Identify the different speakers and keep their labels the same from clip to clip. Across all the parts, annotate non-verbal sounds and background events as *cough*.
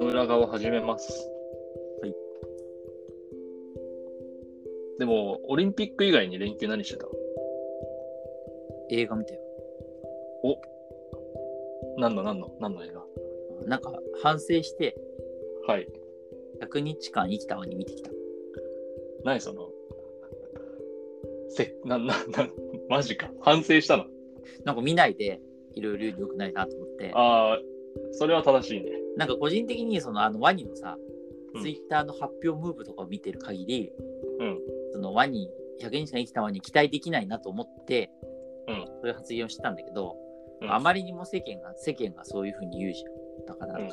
Speaker 1: 裏側を始めます。
Speaker 2: はい。
Speaker 1: でも、オリンピック以外に連休何してた
Speaker 2: 映画見たよ。
Speaker 1: 何の何の何の映画
Speaker 2: なんか反省して
Speaker 1: はい。
Speaker 2: 100日間生きたに見てきた。
Speaker 1: 何その、せ、な、な、な、マジか。反省したの。
Speaker 2: なんか見ないでいろいろ良くないなと思って。
Speaker 1: ああ、それは正しいね。
Speaker 2: なんか個人的にそのあのワニのさ
Speaker 1: う、ん
Speaker 2: ツイッターの発表ムーブとかを見てる限り、
Speaker 1: うん
Speaker 2: そのワニ、100日間生きたワニ期待できないなと思って、
Speaker 1: うん
Speaker 2: そういう発言をしてたんだけど、
Speaker 1: うん
Speaker 2: あまりにも世間が、世間がそういうふうに言うじゃん。だから、
Speaker 1: うん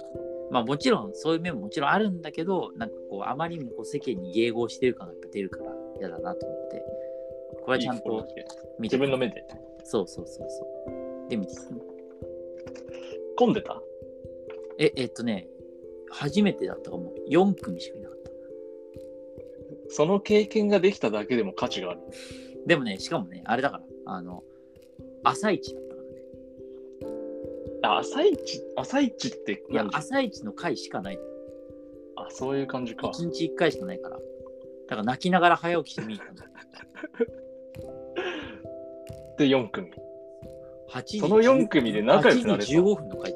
Speaker 2: まあもちろんそういう面ももちろんあるんだけど、なんかこう、あまりにもこう世間に迎合してる感がやっぱ出るから嫌だなと思って、これはちゃん
Speaker 1: いいこと
Speaker 2: と
Speaker 1: だけ
Speaker 2: 見て
Speaker 1: 自分の目で。
Speaker 2: そうそうそうそう。で、見てきた
Speaker 1: 混んでた
Speaker 2: え、えっとね、初めてだったかも。4組しかいなかった。
Speaker 1: その経験ができただけでも価値がある。
Speaker 2: でもね、しかもね、あれだから、あの、朝一だったからね。
Speaker 1: あ、朝一、朝一って
Speaker 2: いや
Speaker 1: 何、
Speaker 2: 朝一の回しかない。
Speaker 1: あ、そういう感じか。
Speaker 2: 1日1回しかないから。だから泣きながら早起きして見に行ったんだ。
Speaker 1: で、4組。
Speaker 2: 8時
Speaker 1: その四組で仲良くなれた
Speaker 2: 8時15分の回。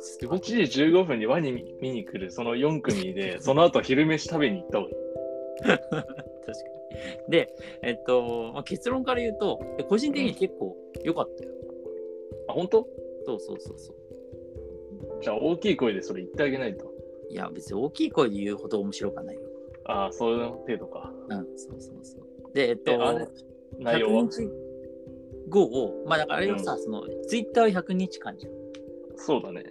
Speaker 2: すご
Speaker 1: 8
Speaker 2: い。
Speaker 1: 時15分にワニ見に来るその4組
Speaker 2: *laughs*
Speaker 1: で、その後昼飯食べに行った方がいい。
Speaker 2: 確かに。で、えっと、まあ、結論から言うと、え個人的に結構良かったよ。
Speaker 1: あ、本当
Speaker 2: そうそうそうそう。
Speaker 1: じゃあ大きい声でそれ言ってあげないと。
Speaker 2: いや、別に大きい声で言うほど面白くはないよ。
Speaker 1: ああ、そういう程度か。
Speaker 2: うん、そうそうそう。で、えっと、
Speaker 1: えあれ内容は
Speaker 2: 100日後を、まあだからあれはさ、
Speaker 1: う
Speaker 2: その、ツイッターは100日間じゃん。
Speaker 1: そうだね。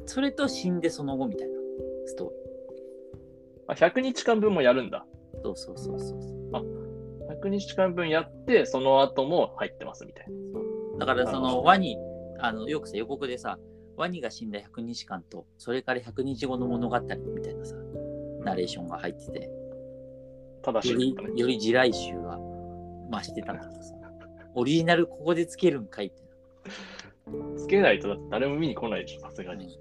Speaker 2: うん。それと死んでその後みたいなストーリ
Speaker 1: あ、100日間分もやるんだ。
Speaker 2: ー。そうそうそうそうそう。
Speaker 1: 100日間分やって、その後も入ってますみたいな。
Speaker 2: だからそ
Speaker 1: なるほど
Speaker 2: のワニ、あの、よくさ、予告でさ、ワニが死んだ100日間と、それから100日後の物語みたいなさ、ナレーションが入ってて、
Speaker 1: 正し
Speaker 2: よ
Speaker 1: い
Speaker 2: り
Speaker 1: こと、ね。
Speaker 2: より地雷臭が増してたんだけ
Speaker 1: *laughs*
Speaker 2: どさ、オリジナルここでつけるんかいってな。
Speaker 1: つけないとだって誰も見に来ないでしょ、さすがに。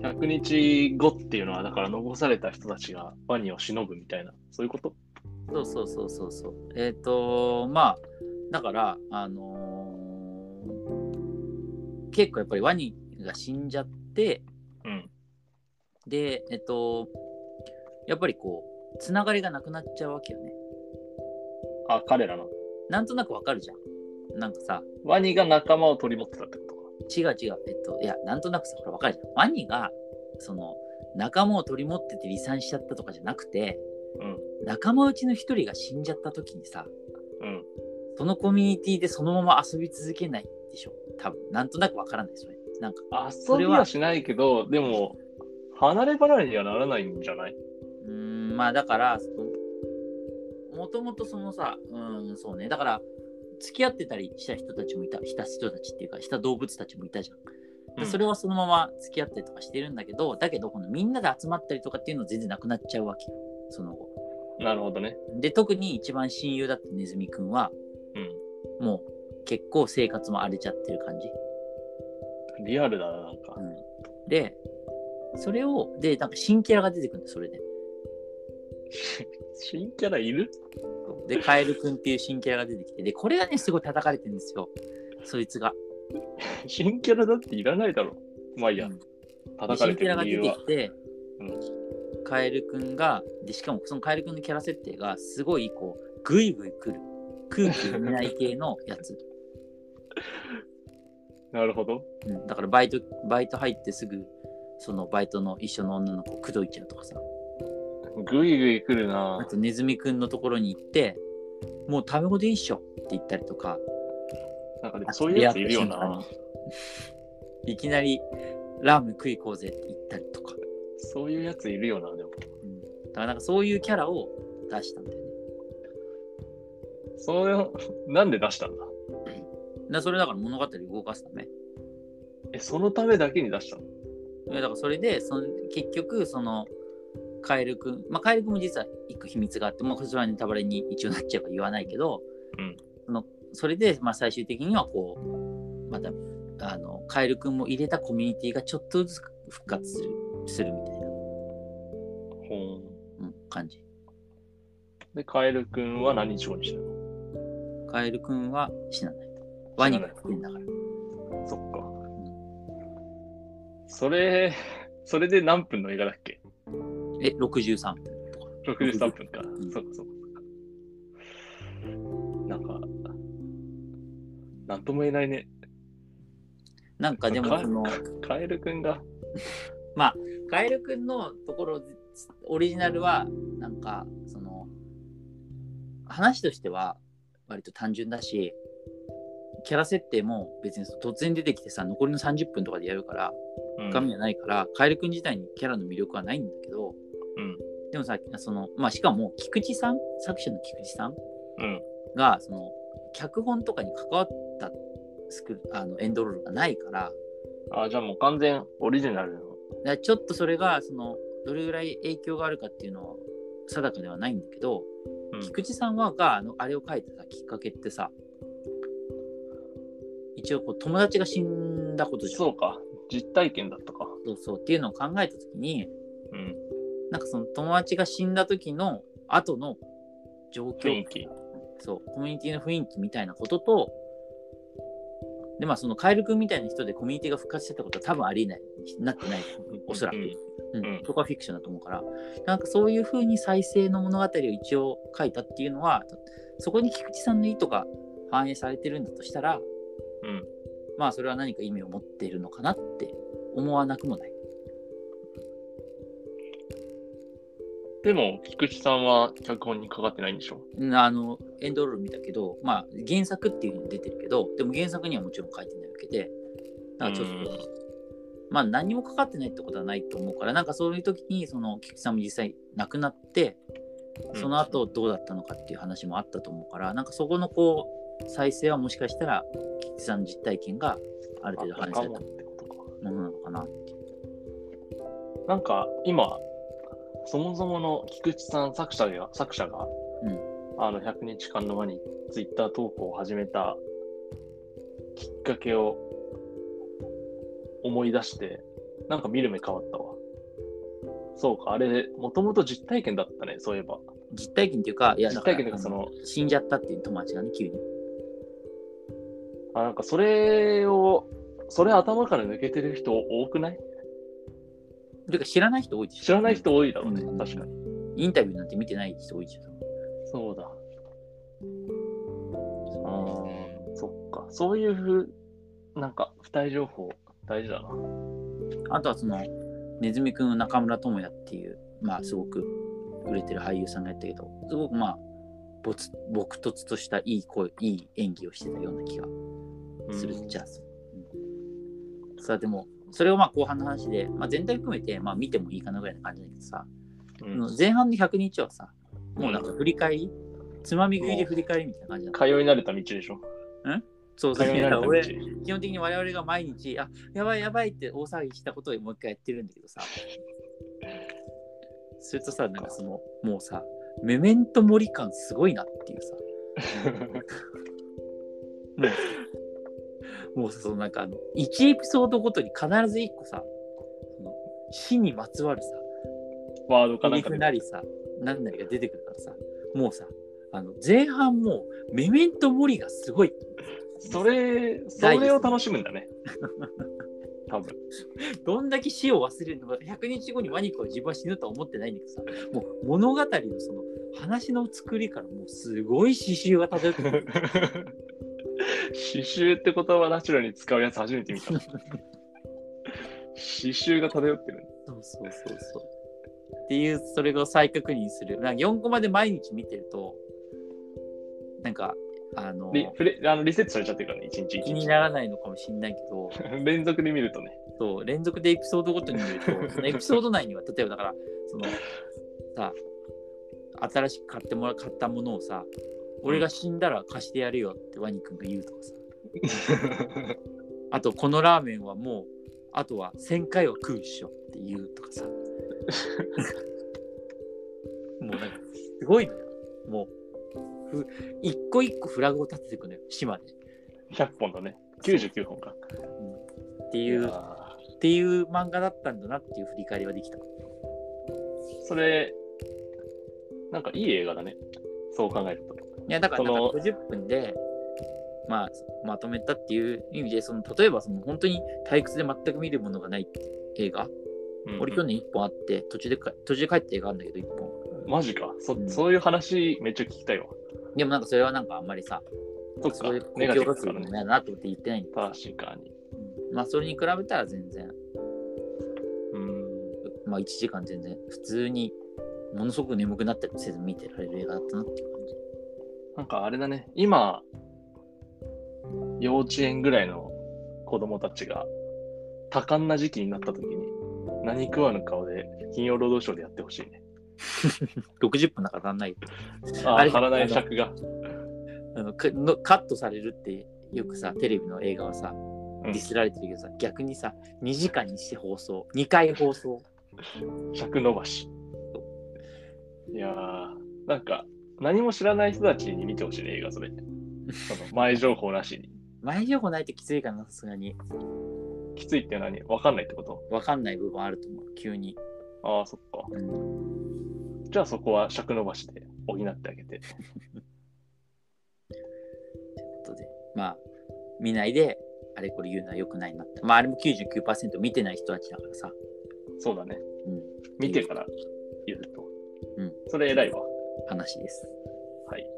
Speaker 1: 100日後っていうのは、だから残された人たちがワニを忍ぶみたいな、そういうこと
Speaker 2: そうそうそうそうそう。えっ、とまあだからあのー結構やっぱりワニが死んじゃって
Speaker 1: うん。
Speaker 2: でえっ、とやっぱりこうつながりがなくなっちゃうわけよね。
Speaker 1: あ、彼らの。
Speaker 2: なんとなくわかるじゃん。なんかさ
Speaker 1: ワニが仲間を取り持ってたってことか。
Speaker 2: 違う違うえっ、といやなんとなくさほらわかるじゃん。ワニがその仲間を取り持ってて離散しちゃったとかじゃなくて、
Speaker 1: うん
Speaker 2: 仲間うちの一人が死んじゃった時にさ
Speaker 1: うん。
Speaker 2: そのコミュニティでそのまま遊び続けないでしょ多分なんとなくわからないそれなんか
Speaker 1: 遊びはしないけど、でも、離れ離れにはならないんじゃないう
Speaker 2: ーんまあだからそのもともとそのさうーんそうねだから付き合ってたりした人たちもいたした人たちっていうかした動物たちもいたじゃん、
Speaker 1: う
Speaker 2: で
Speaker 1: ん
Speaker 2: それはそのまま付き合ったりとかしてるんだけどだけどこのみんなで集まったりとかっていうの全然なくなっちゃうわけよその後
Speaker 1: なるほどね。
Speaker 2: で特に一番親友だったネズミくんは
Speaker 1: う
Speaker 2: もう結構生活も荒れちゃってる感じ
Speaker 1: ん。リアルだな、なんか。
Speaker 2: うんで、それを、で、なんか新キャラが出てくるんだよ、それで。
Speaker 1: 新キャラいる *laughs*
Speaker 2: で、カエルくんっていう新キャラが出てきて、で、これがね、すごい叩かれてるんですよ、そいつが。
Speaker 1: 新キャラだっていらないだろ。まあいいや
Speaker 2: うん、で
Speaker 1: 叩かれ
Speaker 2: 新
Speaker 1: て
Speaker 2: キャラ
Speaker 1: る
Speaker 2: が
Speaker 1: 理
Speaker 2: 出
Speaker 1: 由
Speaker 2: て
Speaker 1: は。
Speaker 2: きて
Speaker 1: う、
Speaker 2: カエルくんが、で、しかもそのカエルくんのキャラ設定が、すごい、こう、ぐいぐい来る。空気読めない系のやつ。
Speaker 1: なるほど。
Speaker 2: うん、だから、バイト、バイト入ってすぐ、そのバイトの一緒の女の子を口説いちゃうとかさ。
Speaker 1: ぐいぐい来る
Speaker 2: あ
Speaker 1: な。
Speaker 2: とネズミくんのところに行って、もうタメ語でいいっしょって言ったりとか、
Speaker 1: なんかでもそういうやついるよ
Speaker 2: 出会った
Speaker 1: な。
Speaker 2: 瞬間に。いきなりラーメン食い行こうぜって言ったりとか。
Speaker 1: そういうやついるよな、でも。
Speaker 2: うん、だからなんかそういうキャラを出したんだよね。
Speaker 1: そういう、なんで出したんだ
Speaker 2: だからそれだから物語を動かすため。
Speaker 1: え、そのためだけに出したの
Speaker 2: いやだからそれでその結局そのカエルくん、まあ、カエルくんも実は一個秘密があって、まあ、それはネタバレに一応なっちゃうから言わないけど、
Speaker 1: うん
Speaker 2: そのそれで、まあ、最終的にはこうまたあのカエル君も入れたコミュニティがちょっとずつ復活するするみたいな、
Speaker 1: ほん。
Speaker 2: うん、感じ
Speaker 1: で、カエルくんは何日後にしたの
Speaker 2: カエル君は死なないとワニが来てんだから
Speaker 1: そっか。それ、それで何分の映画だっけ
Speaker 2: え63分とか
Speaker 1: ?63 分か
Speaker 2: うん。
Speaker 1: そっかそっか。なんか、なんとも言えないね。
Speaker 2: なんかでも
Speaker 1: か
Speaker 2: その
Speaker 1: カエルくんが、
Speaker 2: カエル君のところオリジナルはなんかその話としては割と単純だしキャラ設定も別にその突然出てきてさ残りの30分とかでやるから
Speaker 1: うん
Speaker 2: 画面じゃないから、カエル君自体にキャラの魅力はないんだけど、
Speaker 1: うん
Speaker 2: でもさその、まあ、しかも菊池さん作者の菊池さん
Speaker 1: うん。
Speaker 2: がその脚本とかに関わったスクあのエンドロールがないから、
Speaker 1: あ、じゃあもう完全オリジナルの。
Speaker 2: だからちょっとそれがそのどれぐらい影響があるかっていうのは定かではないんだけど、
Speaker 1: うん
Speaker 2: 菊池さんはがあのあれを書いてたきっかけってさ一応こう友達が死んだことじゃん
Speaker 1: そうか。実体験だったか。
Speaker 2: そうそうっていうのを考えた時に
Speaker 1: うん。
Speaker 2: なんかその友達が死んだ時の後の状況
Speaker 1: 雰囲気。
Speaker 2: そうコミュニティの雰囲気みたいなこととでまあそのカエル君みたいな人でコミュニティが復活してたことは多分ありえないなってないおそらく、
Speaker 1: うん
Speaker 2: うん
Speaker 1: うん
Speaker 2: そこはフィクションだと思うからなんかそういう風に再生の物語を一応書いたっていうのはそこに菊池さんの意図が反映されてるんだとしたら
Speaker 1: うん。
Speaker 2: まあそれは何か意味を持っているのかなって思わなくもない
Speaker 1: でも、菊池さんは脚本にかかってないんでしょ
Speaker 2: うんあのエンドロール見たけどまあ原作っていう風に出てるけどでも原作にはもちろん書いてないわけでだからちょっと
Speaker 1: うん
Speaker 2: まあ何もかかってないってことはないと思うからなんかそういう時にその菊池さんも実際亡くなって
Speaker 1: うん
Speaker 2: その後どうだったのかっていう話もあったと思うからなんかそこのこう再生はもしかしたら菊池さんの実体験がある程度
Speaker 1: あ
Speaker 2: 反映
Speaker 1: か
Speaker 2: され
Speaker 1: も
Speaker 2: た
Speaker 1: ってことか。
Speaker 2: ものなのかなっていう
Speaker 1: なんか今、そもそもの菊池さん作者が、作者が、
Speaker 2: うん
Speaker 1: あの、100日間の間にツイッター投稿を始めたきっかけを思い出して、なんか見る目変わったわ。そうか、あれ、もともと実体験だったね、そういえば。
Speaker 2: 実体験っていうかいやだから
Speaker 1: 実体験というかその
Speaker 2: 死んじゃったっていう友達がね急に
Speaker 1: あ、なんかそれを、それ頭から抜けてる人多くない
Speaker 2: というか知らない人多いでしょ
Speaker 1: 知らない人多いだろうね、
Speaker 2: うん
Speaker 1: 確かに。
Speaker 2: インタビューなんて見てない人多いでしょ
Speaker 1: そうだ。あーそっか。そういうふう、なんか、不対情報、大事だな。
Speaker 2: あとはそのネズミくんの中村智也っていうまあすごく売れてる俳優さんがやったけどすごくまあぼつ朴突としたいい声いい演技をしてたような気がするっちゃする、うんさあでもそれをまあ後半の話で、まあ、全体含めてまあ見てもいいかなぐらいな感じだけどさ、
Speaker 1: うんうん
Speaker 2: 前半の100日はさもうなんか振り返り、つまみ食いで振り返りみたいな感じだった
Speaker 1: 通い慣れた道でしょ。
Speaker 2: そう
Speaker 1: 通
Speaker 2: そ
Speaker 1: いう慣れた道。
Speaker 2: *laughs* 俺基本的に我々が毎日あやばいやばいって大騒ぎしたことをもう一回やってるんだけどさそれとさなんかそのもうさメメントモリ感すごいなっていうさ
Speaker 1: *laughs*
Speaker 2: もうもうさそのなんかあの1エピソードごとに必ず1個さその死にまつわるさ
Speaker 1: ワードか
Speaker 2: セ
Speaker 1: なん
Speaker 2: リ
Speaker 1: か
Speaker 2: フ
Speaker 1: で。
Speaker 2: なりさ何なりが出てくるからさもうさあの前半もうメメントモリがすごい
Speaker 1: それ、それを楽しむんだね。多分。 *laughs*
Speaker 2: どんだけ死を忘れるのか100日後にワニコは自分は死ぬとは思ってないんだけどさもう物語のその話の作りからもうすごい刺繍が漂ってくる
Speaker 1: 刺繍って言葉ナチュラルに使うやつ初めて見た。刺繍が漂ってる。
Speaker 2: そうそうそうそうっていうそれを再確認するなんか4コマで毎日見てるとなんかあの
Speaker 1: リフレあのリセットされちゃってるからね、一日一
Speaker 2: 気に
Speaker 1: 日。
Speaker 2: ならないのかもしれないけど
Speaker 1: *laughs* 連続で見るとね。
Speaker 2: そう連続でエピソードごとに見
Speaker 1: *laughs*
Speaker 2: るとそのエピソード内には例えばだからそのさ新しく買ってもら買ったものをさ俺が死んだら貸してやるよってワニ君が言うとかさあとこのラーメンはもうあとは1000回は食うっしょって言うと
Speaker 1: *laughs*
Speaker 2: かさもうなんかすごいのよもふ一個一個フラグを立てていくのよ島で、
Speaker 1: 100本だね。99本か。
Speaker 2: うんって
Speaker 1: い
Speaker 2: いう
Speaker 1: や
Speaker 2: っ
Speaker 1: ー
Speaker 2: ていう漫画だったんだなっていう振り返りはできた
Speaker 1: それ、なんかいい映画だね。そう考えると。
Speaker 2: いやだか
Speaker 1: そ
Speaker 2: らなん
Speaker 1: の
Speaker 2: か50分で、まあ、まとめたっていう意味でその例えばその本当に退屈で全く見るものがない映画、
Speaker 1: うん
Speaker 2: 俺去年1本あって途中でか途中で帰った映画あるんだけど1本
Speaker 1: マジか。そ
Speaker 2: うん
Speaker 1: そういう話めっちゃ聞きたいわ。
Speaker 2: でもなんかそれはなんかあんまりさ
Speaker 1: そっか
Speaker 2: そういう。公
Speaker 1: ネガティブだ
Speaker 2: 共活
Speaker 1: か
Speaker 2: 動
Speaker 1: ら
Speaker 2: の
Speaker 1: ね。
Speaker 2: やなと思って言ってないんだけどさ
Speaker 1: 確かに。
Speaker 2: うんまあそれに比べたら全然
Speaker 1: うん。
Speaker 2: まあ1時間全然普通にものすごく眠くなったりもせず見てられる映画だったなっていう感じ。
Speaker 1: なんかあれだね。今、幼稚園ぐらいの子供たちが多感な時期になった時に何食わぬ顔で金曜ロードショーでやってほしいね。
Speaker 2: 60分なんか足んないよ
Speaker 1: あ
Speaker 2: あ
Speaker 1: あ、
Speaker 2: れ
Speaker 1: 足らない尺が。
Speaker 2: あのかのカットされるってよくさテレビの映画はさディスられてるけどさ、逆にさ2時間にして放送2回放送
Speaker 1: 尺伸ばし。いやー、なんか何も知らない人たちに見てほしいね、映画それ。その前情報なしに。
Speaker 2: 前情報ないときついかなさすがに
Speaker 1: きついって何わかんないってこと
Speaker 2: 分かんない部分あると思う急に、
Speaker 1: ああ、そっか。
Speaker 2: うん
Speaker 1: じゃあそこは尺伸ばしで補ってあげて。
Speaker 2: ことでまあ見ないであれこれ言うのは良くないなってまああれも99%見てない人たちだからさ、
Speaker 1: そうだね。
Speaker 2: うん、
Speaker 1: 見てから言うと。
Speaker 2: うん
Speaker 1: それ偉いわ。
Speaker 2: 話です
Speaker 1: はい。